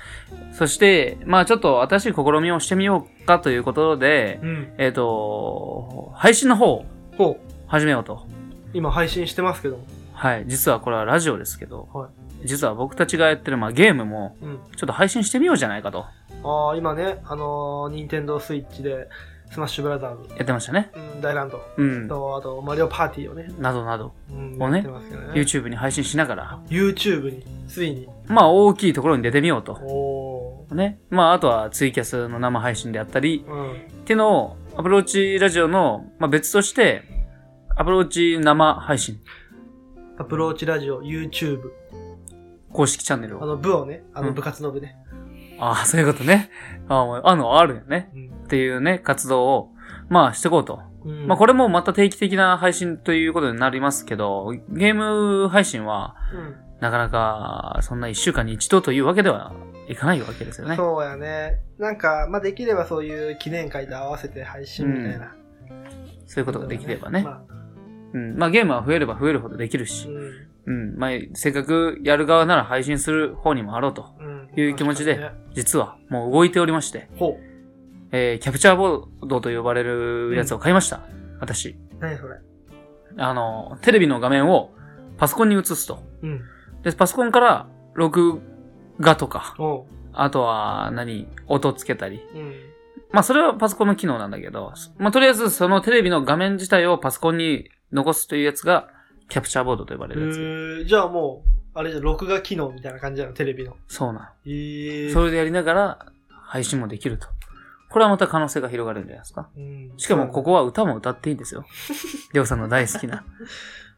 [SPEAKER 1] そして、まあちょっと新しい試みをしてみようかということで、
[SPEAKER 2] うん。
[SPEAKER 1] えっ、と、配信の方を
[SPEAKER 2] ほう、
[SPEAKER 1] 始めようと。
[SPEAKER 2] 今配信してますけども。
[SPEAKER 1] はい、実はこれはラジオですけど、
[SPEAKER 2] は
[SPEAKER 1] 実は僕たちがやってる、まあ、ゲームも
[SPEAKER 2] うん。
[SPEAKER 1] ちょっと配信してみようじゃないかと
[SPEAKER 2] ああ、今ね、あのー、ニンテンドースイッチで、スマッシュブラザーズ、
[SPEAKER 1] やってましたね。
[SPEAKER 2] うん、大乱闘、
[SPEAKER 1] うん。
[SPEAKER 2] と、あと、マリオパーティーをね、
[SPEAKER 1] などなど、
[SPEAKER 2] うん、
[SPEAKER 1] をね
[SPEAKER 2] やってますけどね。
[SPEAKER 1] YouTube に配信しながら、
[SPEAKER 2] YouTube に、ついに。
[SPEAKER 1] まあ大きいところに出てみようと。
[SPEAKER 2] おー。
[SPEAKER 1] ね。まああとはツイキャスの生配信であったり、
[SPEAKER 2] うん。
[SPEAKER 1] っていうのをアプローチラジオの、まあ、別として、アプローチ生配信
[SPEAKER 2] アプローチラジオ、YouTube。
[SPEAKER 1] 公式チャンネル
[SPEAKER 2] あ
[SPEAKER 1] を。
[SPEAKER 2] の、部をね、あ
[SPEAKER 1] う
[SPEAKER 2] の、
[SPEAKER 1] ん
[SPEAKER 2] 部活の部ね。
[SPEAKER 1] ああ、そういうことね。ああ、もうあの、あるよね。
[SPEAKER 2] うん。
[SPEAKER 1] っていうね、活動を、まあしていこうと。
[SPEAKER 2] うん、
[SPEAKER 1] まあこれもまた定期的な配信ということになりますけど、ゲーム配信は
[SPEAKER 2] うん。
[SPEAKER 1] なかなかそんな一週間に一度というわけではいかないわけですよね。
[SPEAKER 2] そうやね。なんか、まあ、できればそういう記念会と合わせて配信みたいな。
[SPEAKER 1] そういうことができればね。
[SPEAKER 2] まあ
[SPEAKER 1] うん。まあゲームは増えれば増えるほどできるし
[SPEAKER 2] う。ん
[SPEAKER 1] うん。まあ、せっかくやる側なら配信する方にもあろうと。
[SPEAKER 2] うん
[SPEAKER 1] いう気持ちで
[SPEAKER 2] 確か
[SPEAKER 1] 実はもう動いておりまして、
[SPEAKER 2] にねほ
[SPEAKER 1] えー、キャプチャーボードと呼ばれるやつを買いました。私。
[SPEAKER 2] う。何それ。
[SPEAKER 1] あの、テレビの画面をパソコンに映すと。
[SPEAKER 2] うん。
[SPEAKER 1] で、パソコンから録画とか、
[SPEAKER 2] おう。
[SPEAKER 1] あとは何、音つけたり。
[SPEAKER 2] うん。
[SPEAKER 1] まあそれはパソコンの機能なんだけど、まあとりあえずそのテレビの画面自体をパソコンに残すというやつが、キャプチャーボードと呼ば
[SPEAKER 2] え
[SPEAKER 1] れるやつ。
[SPEAKER 2] ー、じゃあもう、あれじゃん、録画機能みたいな感じなの、テレビの。
[SPEAKER 1] そうな
[SPEAKER 2] え
[SPEAKER 1] の。
[SPEAKER 2] ー。
[SPEAKER 1] それでやりながら配信もできると。これはまた可能性が広がるんじゃないですか。
[SPEAKER 2] うん
[SPEAKER 1] しかもここは歌も歌っていいんです よ。りょうさんの大好きな、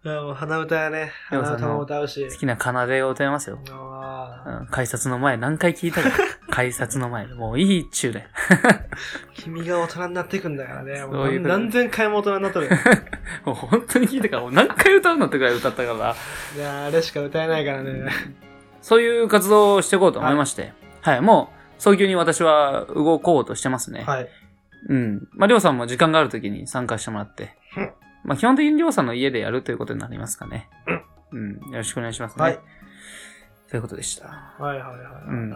[SPEAKER 2] いやもう鼻歌やね。
[SPEAKER 1] でもそ
[SPEAKER 2] 鼻
[SPEAKER 1] の
[SPEAKER 2] 歌も歌うし。
[SPEAKER 1] 好きな奏でを歌いますよ。
[SPEAKER 2] ああ、
[SPEAKER 1] うん、改札の前何回聞い たか。改札の前。もういいっちゅうね。
[SPEAKER 2] 君が大人になっていくんだからね。も
[SPEAKER 1] そういううこと
[SPEAKER 2] 何千回も大人になっと る。
[SPEAKER 1] もう本当に聞いたから、もう何回歌うのってくらい歌ったから。
[SPEAKER 2] いやあれしか歌えないからね。
[SPEAKER 1] そういう活動をしていこうと思いまして。はい、もう、早急に私は動こうとしてますね。
[SPEAKER 2] はい。
[SPEAKER 1] うん。まあ、りょうさんも時間がある時に参加してもらって
[SPEAKER 2] うん。
[SPEAKER 1] まあ、基本的にりょうさんの家でやるということになりますかね。うん。よろしくお願いしますね。
[SPEAKER 2] はい。
[SPEAKER 1] ということでした。
[SPEAKER 2] はいはいは
[SPEAKER 1] う
[SPEAKER 2] い。
[SPEAKER 1] ん。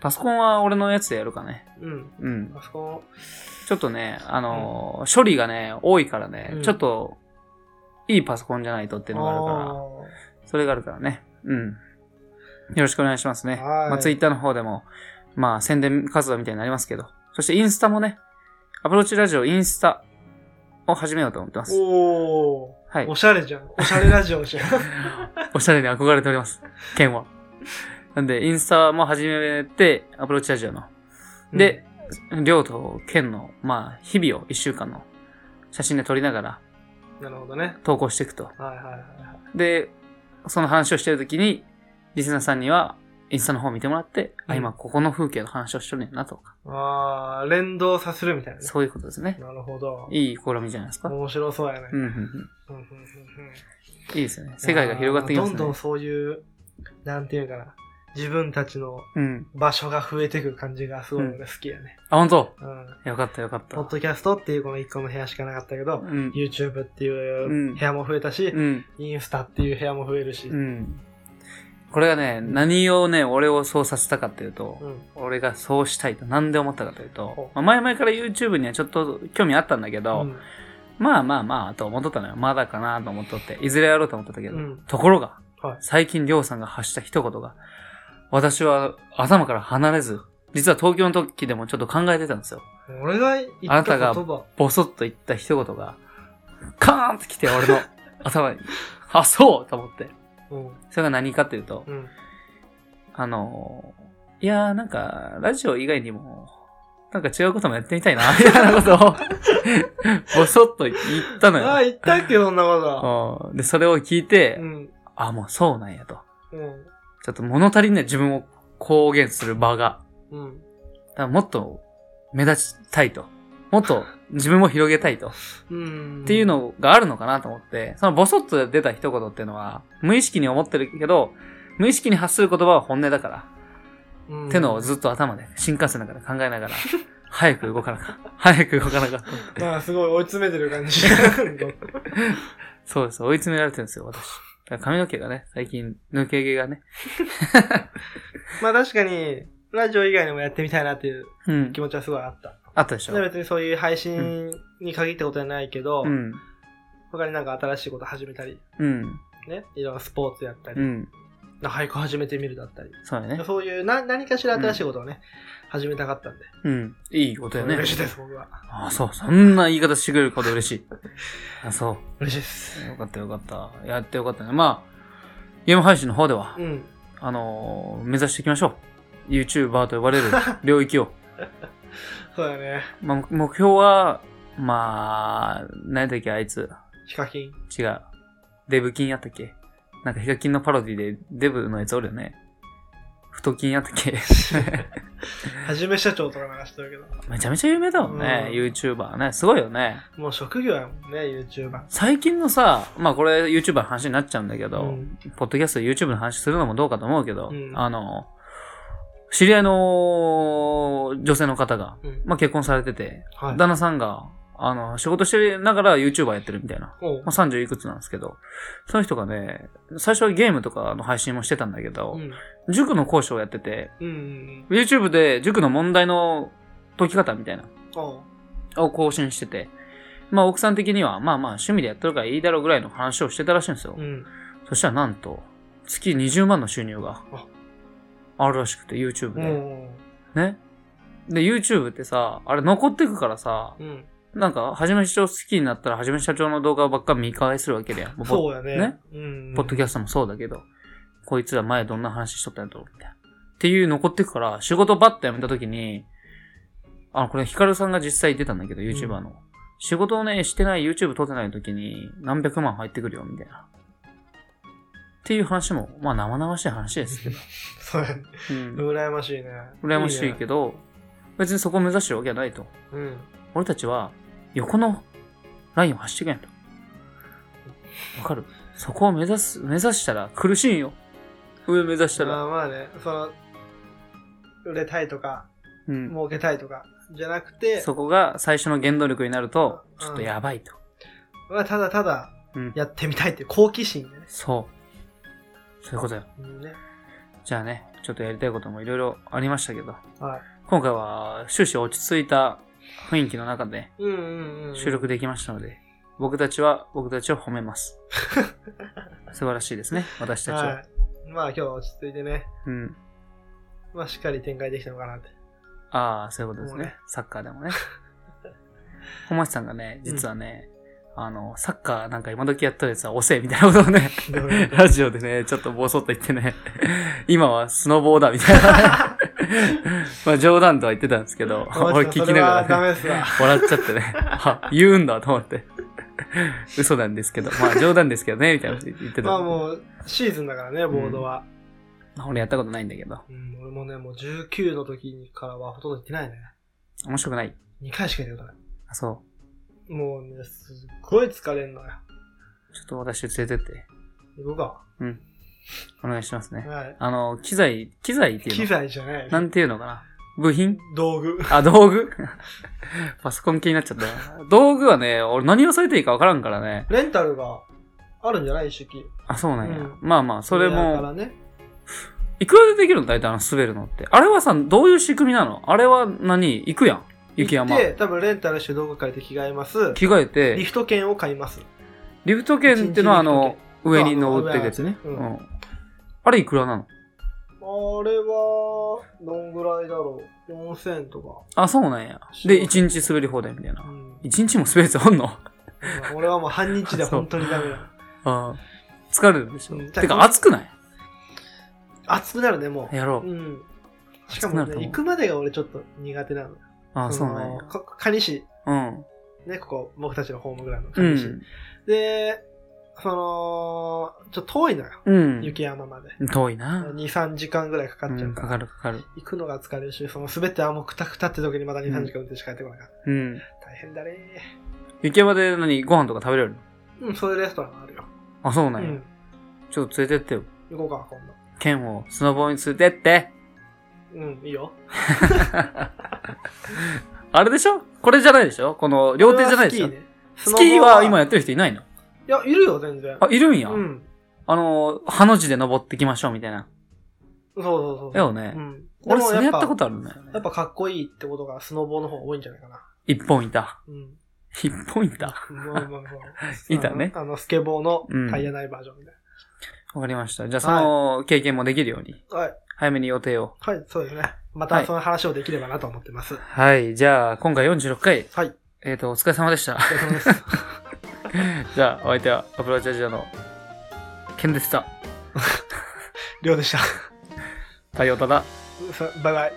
[SPEAKER 1] パソコンは俺のやつでやるかね。
[SPEAKER 2] うん。
[SPEAKER 1] うん。
[SPEAKER 2] あそこ、
[SPEAKER 1] ちょっとね、あのー処理がね、多いからね、
[SPEAKER 2] うん
[SPEAKER 1] ちょっと、いいパソコンじゃないとっていうのがあるから。
[SPEAKER 2] あ
[SPEAKER 1] それがあるからね。うん。よろしくお願いしますね。
[SPEAKER 2] はい
[SPEAKER 1] まあ、ツイッターの方でも、まあ、宣伝活動みたいになりますけど。そしてインスタもね、アプローチラジオインスタを始めようと思ってま
[SPEAKER 2] ー
[SPEAKER 1] す。
[SPEAKER 2] おー。
[SPEAKER 1] はい
[SPEAKER 2] お。しゃれじゃん。おしゃれラジオじゃん。
[SPEAKER 1] おしゃれに憧れております。ケンは。なんで、インスタも始めて、アプローチラジオの。で、りょうとケンの、まあ、日々を一週間の写真で撮りながら
[SPEAKER 2] なるほどね。
[SPEAKER 1] 投稿していくと。
[SPEAKER 2] はいはいはい
[SPEAKER 1] で、その話をしてるときに、リスナーさんには、インスタの方を見てもらって、
[SPEAKER 2] う
[SPEAKER 1] あ、
[SPEAKER 2] ん
[SPEAKER 1] 今ここの風景の話をしとるんやなとか、
[SPEAKER 2] はい。ああ、連動させるみたいなね。
[SPEAKER 1] そういうことですね。
[SPEAKER 2] なるほど。
[SPEAKER 1] いい試みじゃないですか。
[SPEAKER 2] 面白そうやね。
[SPEAKER 1] うんうんうん。
[SPEAKER 2] うんうんうんうん
[SPEAKER 1] いいですよね。世界が広がってきますね。
[SPEAKER 2] どんどんそういう、なんていうかな。自分たちの
[SPEAKER 1] うん。
[SPEAKER 2] 場所が増えていく感じがすごい俺好きやね。
[SPEAKER 1] あ、本当
[SPEAKER 2] うん。
[SPEAKER 1] よかったよかっ
[SPEAKER 2] ポッ
[SPEAKER 1] た。
[SPEAKER 2] ドキャストっていうこの1個の部屋しかなかったけど
[SPEAKER 1] う、ん。
[SPEAKER 2] YouTube って
[SPEAKER 1] う
[SPEAKER 2] いうん部屋も増えたし、
[SPEAKER 1] うん。
[SPEAKER 2] インスタっていう部屋も増えるし。
[SPEAKER 1] う
[SPEAKER 2] うん。
[SPEAKER 1] ん。これがね、何をね、俺をそうさせたかっていうと、俺がそうしたいと何で思ったかというとまあ、
[SPEAKER 2] ほ、
[SPEAKER 1] 前々から YouTube にはちょっと興味あったんだけど、
[SPEAKER 2] うん
[SPEAKER 1] まあまあまあ、と思っとったのよ。まだかなと思っとって、いずれやろうと思っとったけど、
[SPEAKER 2] うん
[SPEAKER 1] ところが、
[SPEAKER 2] はい
[SPEAKER 1] 最近りょうさんが発した一言が、私は頭から離れず、実は東京の時でもちょっと考えてたんですよ。
[SPEAKER 2] 俺が言った言葉。
[SPEAKER 1] あなたがボソッと言った一言が、カーンってきて俺の 頭に、あ、そうと思って。
[SPEAKER 2] うん。
[SPEAKER 1] それが何かっていうと、
[SPEAKER 2] うん。
[SPEAKER 1] あのー、いやーなんか、ラジオ以外にも、なんか違うこともやってみたいな、みたいなことを、ボソッと言ったのよ。
[SPEAKER 2] ああ、言ったっけ、そんなこ
[SPEAKER 1] うんで、それを聞いて、
[SPEAKER 2] と。うん。
[SPEAKER 1] あ、もうそうなんやと。
[SPEAKER 2] うん。
[SPEAKER 1] ちょっと物足りない自分を公言する場が。
[SPEAKER 2] うん。
[SPEAKER 1] だからもっと目立ちたいと。もっと自分を広げたいと。っ
[SPEAKER 2] うん。
[SPEAKER 1] ていうのがあるのかなと思って、そのボソッと出た一言っていうのは、無意識に思ってるけど、無意識に発する言葉は本音だから。
[SPEAKER 2] うん、
[SPEAKER 1] ってのをずっと頭で、新幹線だから考えな がら、早く動かなか。早く動かなかった。
[SPEAKER 2] まあ、すごい追い詰めてる感じ。
[SPEAKER 1] そうです。追い詰められてるんですよ、私。だから髪の毛がね、最近、抜け毛がね。
[SPEAKER 2] まあ確かに、ラジオ以外にもやってみたいなっていう
[SPEAKER 1] うん
[SPEAKER 2] 気。持ちはすごいあった。
[SPEAKER 1] あったでしょ
[SPEAKER 2] で。別にそういう配信に限ったことはないけど、
[SPEAKER 1] うん。
[SPEAKER 2] 他になんか新しいこと始めたり、
[SPEAKER 1] うん。
[SPEAKER 2] ね、いろんなスポーツやったり、
[SPEAKER 1] うん。
[SPEAKER 2] 俳句始めてみるだったり、
[SPEAKER 1] そうだね。
[SPEAKER 2] そういうな何かしら新しいことをね、始めたかったんで、
[SPEAKER 1] うん。いいことよね。
[SPEAKER 2] 嬉しいです、僕は。
[SPEAKER 1] あそう。そんな言い方してくれること嬉しい。あそ
[SPEAKER 2] 嬉しいです
[SPEAKER 1] う。。よかったよかった。やってよかったね。まあ、ゲーム配信の方では、
[SPEAKER 2] うん。
[SPEAKER 1] あのー目指していきましょう。YouTuber と呼ばれる領域を。
[SPEAKER 2] そうだね。
[SPEAKER 1] まあ、目標は、まあ、何だっけ、あいつ。
[SPEAKER 2] ヒカ キン。
[SPEAKER 1] 違う。デブ金やったっけなんかヒカキンのパロディでデブのやつおるよね。太金やったっけ
[SPEAKER 2] はじめ社長とか流してるけど。
[SPEAKER 1] めちゃめちゃ有名だもんね、
[SPEAKER 2] うん
[SPEAKER 1] YouTuber ね。すごいよね。
[SPEAKER 2] もう職業やもんね、YouTuber。
[SPEAKER 1] 最近のさ、まあこれ YouTuber の話になっちゃうんだけど、
[SPEAKER 2] うん
[SPEAKER 1] ポッドキャストで YouTube の話するのもどうかと思うけど、
[SPEAKER 2] うん
[SPEAKER 1] あの、知り合いの女性の方が、
[SPEAKER 2] うん。
[SPEAKER 1] まあ結婚されてて、
[SPEAKER 2] はい。
[SPEAKER 1] 旦那さんが、あの、仕事してながら YouTuber やってるみたいな。
[SPEAKER 2] おう
[SPEAKER 1] まあ、30いくつなんですけど、その人がね、最初はゲームとかの配信もしてたんだけど、
[SPEAKER 2] うん。
[SPEAKER 1] 塾の講師をやってて、
[SPEAKER 2] うんうん。
[SPEAKER 1] YouTube で塾の問題の解き方みたいな、
[SPEAKER 2] おう
[SPEAKER 1] を更新してて、まあ奥さん的には、まあまあ趣味でやってるからいいだろうぐらいの話をしてたらしいんですよ。
[SPEAKER 2] うん。
[SPEAKER 1] そしたらなんと、月20万の収入が
[SPEAKER 2] あ
[SPEAKER 1] あるらしくて、YouTube
[SPEAKER 2] お
[SPEAKER 1] で。
[SPEAKER 2] う
[SPEAKER 1] ね。で、YouTube ってさ、あれ残ってくからさ、
[SPEAKER 2] うん。
[SPEAKER 1] なんか、はじめ社長好きになったら、はじめ社長の動画ばっか見返するわけ だよ。もうポッ
[SPEAKER 2] そうやね。
[SPEAKER 1] ね。
[SPEAKER 2] うん。
[SPEAKER 1] ポッドキャストもそうだけど、こいつら前どんな話しとったんやと思って。っていう残ってくから、仕事バッと辞めた時に、あの、これヒカルさんが実際出たんだけど、YouTuber の。仕事をね、してない YouTube 撮ってない時に何百万入ってくるよ、みたいな。っていう話も、まあ生々しい話ですけど。
[SPEAKER 2] そうやね。
[SPEAKER 1] うん。
[SPEAKER 2] 羨ましいね。
[SPEAKER 1] 羨ましい
[SPEAKER 2] ど。
[SPEAKER 1] けど、別にそこを目指してるわけはないと。
[SPEAKER 2] うん。
[SPEAKER 1] 俺たちは横のラインを走っていけんと。わかるそこを目指す、目指したら苦しいんよ。上目指した
[SPEAKER 2] ま
[SPEAKER 1] ら。
[SPEAKER 2] あまあね、その、売れたいとか、
[SPEAKER 1] うん。
[SPEAKER 2] 儲けたいとか、じゃなくて、
[SPEAKER 1] そこが最初の原動力になると、
[SPEAKER 2] うん
[SPEAKER 1] ちょっとやばいと。
[SPEAKER 2] まあただただ
[SPEAKER 1] うん。
[SPEAKER 2] やってみたいっていう好奇心ね。
[SPEAKER 1] そう。そういうことよ。
[SPEAKER 2] うんね。
[SPEAKER 1] じゃあね、ちょっとやりたいこともいろいろありましたけど、
[SPEAKER 2] はい。
[SPEAKER 1] 今回は終始落ち着いた雰囲気の中で
[SPEAKER 2] うんうんうん。
[SPEAKER 1] 収録できましたので、僕たちは僕たちを褒め ます。素晴らしいですね、私たちは。
[SPEAKER 2] はい。まあ今日は落ち着いてね、
[SPEAKER 1] うん。
[SPEAKER 2] まあしっかり展開できたのかなって。
[SPEAKER 1] ああ、そういうことです
[SPEAKER 2] もう
[SPEAKER 1] ね
[SPEAKER 2] ね。
[SPEAKER 1] サッカーで もね。小町さんがね、実はね、あの、サッカーなんか今時やったやつは遅えみたいなことをね、
[SPEAKER 2] どういうこ
[SPEAKER 1] ラジオでね、ちょっとボソッと言ってね、今はスノボーだみたい な。まあ冗談とは言ってたんですけど、
[SPEAKER 2] 小
[SPEAKER 1] 俺聞
[SPEAKER 2] 町さ
[SPEAKER 1] き
[SPEAKER 2] ん
[SPEAKER 1] なが
[SPEAKER 2] それはダメ
[SPEAKER 1] ら、
[SPEAKER 2] っすわ
[SPEAKER 1] 笑っちゃってね、あ、言うんだと思って。嘘なんですけど、まあ冗談 ですけどね、みたいなこと言ってた。
[SPEAKER 2] まあもう、シーズンだからね、ボードは。
[SPEAKER 1] まあ俺やったことないんだけど、
[SPEAKER 2] うん、俺もね、もう19の時からはほとんど行ってないね。
[SPEAKER 1] 面白くない。
[SPEAKER 2] 2回しか行ったことない。
[SPEAKER 1] あ、そ
[SPEAKER 2] もうね、すっごい疲れんのよ。
[SPEAKER 1] う。ちょっと私連れてって、
[SPEAKER 2] 行こうか。
[SPEAKER 1] お願いしますね。
[SPEAKER 2] はい。
[SPEAKER 1] あの、機材、機材っていうの
[SPEAKER 2] 機材じゃない。
[SPEAKER 1] なんていうのかな部品
[SPEAKER 2] 道具。
[SPEAKER 1] あ、道具 パソコン気になっちゃったな。道具はね、俺何をされていいかわからんからね。
[SPEAKER 2] レンタルがあるんじゃない一式。
[SPEAKER 1] あ、そうなんや。
[SPEAKER 2] うん
[SPEAKER 1] まあまあ、それ
[SPEAKER 2] だか
[SPEAKER 1] も、
[SPEAKER 2] らね。
[SPEAKER 1] いくらでできるの大体あの滑るのって。あれはさ、どういう仕組みなのあれは何行くやん。雪山。
[SPEAKER 2] で、多分レンタルして道具借りて着替えます。
[SPEAKER 1] 着替え
[SPEAKER 2] リ
[SPEAKER 1] て、
[SPEAKER 2] フト券を買います。
[SPEAKER 1] リフト券っていうのはあの、上に登っていくやつね。
[SPEAKER 2] う
[SPEAKER 1] うんん。あれいくらなの
[SPEAKER 2] あれは、どんぐらいだろう。4000とか。
[SPEAKER 1] あ、そうなんや。で、1日滑り放題みたいうな。
[SPEAKER 2] ん、
[SPEAKER 1] 1日も滑るやつあんの
[SPEAKER 2] 俺はもう半日で本当にダメだ。
[SPEAKER 1] あー疲れるでしょ
[SPEAKER 2] うん。
[SPEAKER 1] てか、暑くない
[SPEAKER 2] 熱くなるね、もう。
[SPEAKER 1] やろう
[SPEAKER 2] う。ん。しか
[SPEAKER 1] 暑く
[SPEAKER 2] も
[SPEAKER 1] なると
[SPEAKER 2] ね、
[SPEAKER 1] 思う
[SPEAKER 2] 行くまでが俺ちょっと苦手なの。
[SPEAKER 1] ああ、そう
[SPEAKER 2] の
[SPEAKER 1] なんや。
[SPEAKER 2] か蟹市、
[SPEAKER 1] うん。
[SPEAKER 2] ね、ここ、僕たちのホームグラウンド、
[SPEAKER 1] う
[SPEAKER 2] 蟹市。
[SPEAKER 1] ん。
[SPEAKER 2] で、その、ちょっと遠いのよ。
[SPEAKER 1] うん。
[SPEAKER 2] 雪山まで。
[SPEAKER 1] 遠いな
[SPEAKER 2] 2、。3時間ぐらいかかっちゃ
[SPEAKER 1] う、
[SPEAKER 2] うんから
[SPEAKER 1] か。かるかかる。
[SPEAKER 2] 行くのが疲れるし、その滑ってあ、もうくたくたって時にまた2、3時間運転しか帰ってこないから。
[SPEAKER 1] うん。
[SPEAKER 2] 大変だね
[SPEAKER 1] 雪山で何ご飯とか食べれるの
[SPEAKER 2] うん、そういうレストランがあるよ。
[SPEAKER 1] あ、そう
[SPEAKER 2] う
[SPEAKER 1] なんや。
[SPEAKER 2] ん。
[SPEAKER 1] ちょっと連れてってよ。
[SPEAKER 2] 行こうか、今度。
[SPEAKER 1] ケンをスノボーに連れてって。
[SPEAKER 2] うん、いいよ。
[SPEAKER 1] あれでしょこれじゃないでしょこの両手じゃないでしょ
[SPEAKER 2] それはス
[SPEAKER 1] ス
[SPEAKER 2] キーね
[SPEAKER 1] キーは今やってる人いないの
[SPEAKER 2] いや、いるよ、全然。
[SPEAKER 1] あ、いるんや。
[SPEAKER 2] うん。
[SPEAKER 1] あの、ハの字で登ってきましょうみたいな。
[SPEAKER 2] そうそうそう。
[SPEAKER 1] だよね
[SPEAKER 2] うん。
[SPEAKER 1] 俺
[SPEAKER 2] でも
[SPEAKER 1] それやったこ
[SPEAKER 2] っ
[SPEAKER 1] とあるんだよね
[SPEAKER 2] ぱや。っぱかっこいいってことがスノボの方が多いんじゃないかな。
[SPEAKER 1] 一本板。
[SPEAKER 2] うん。
[SPEAKER 1] 一本板
[SPEAKER 2] まあまあまあ
[SPEAKER 1] いたね
[SPEAKER 2] あの、あのスケボーの
[SPEAKER 1] うん
[SPEAKER 2] タイヤないバージョンみたい
[SPEAKER 1] わかりました。じゃあその経験もできるように。
[SPEAKER 2] な。はい。
[SPEAKER 1] 早めに予定を。
[SPEAKER 2] はい、そうですね。ま
[SPEAKER 1] は
[SPEAKER 2] た
[SPEAKER 1] い
[SPEAKER 2] その話をできればなと思ってます。はい。
[SPEAKER 1] はい。じゃあ、今回46回。
[SPEAKER 2] お疲
[SPEAKER 1] えっ、と、お疲れ様でした。
[SPEAKER 2] れ様です。
[SPEAKER 1] じゃあ、お相手はアプローチラジオのケンでした。
[SPEAKER 2] りょうでした。
[SPEAKER 1] 太陽ただ。
[SPEAKER 2] さバイバイ。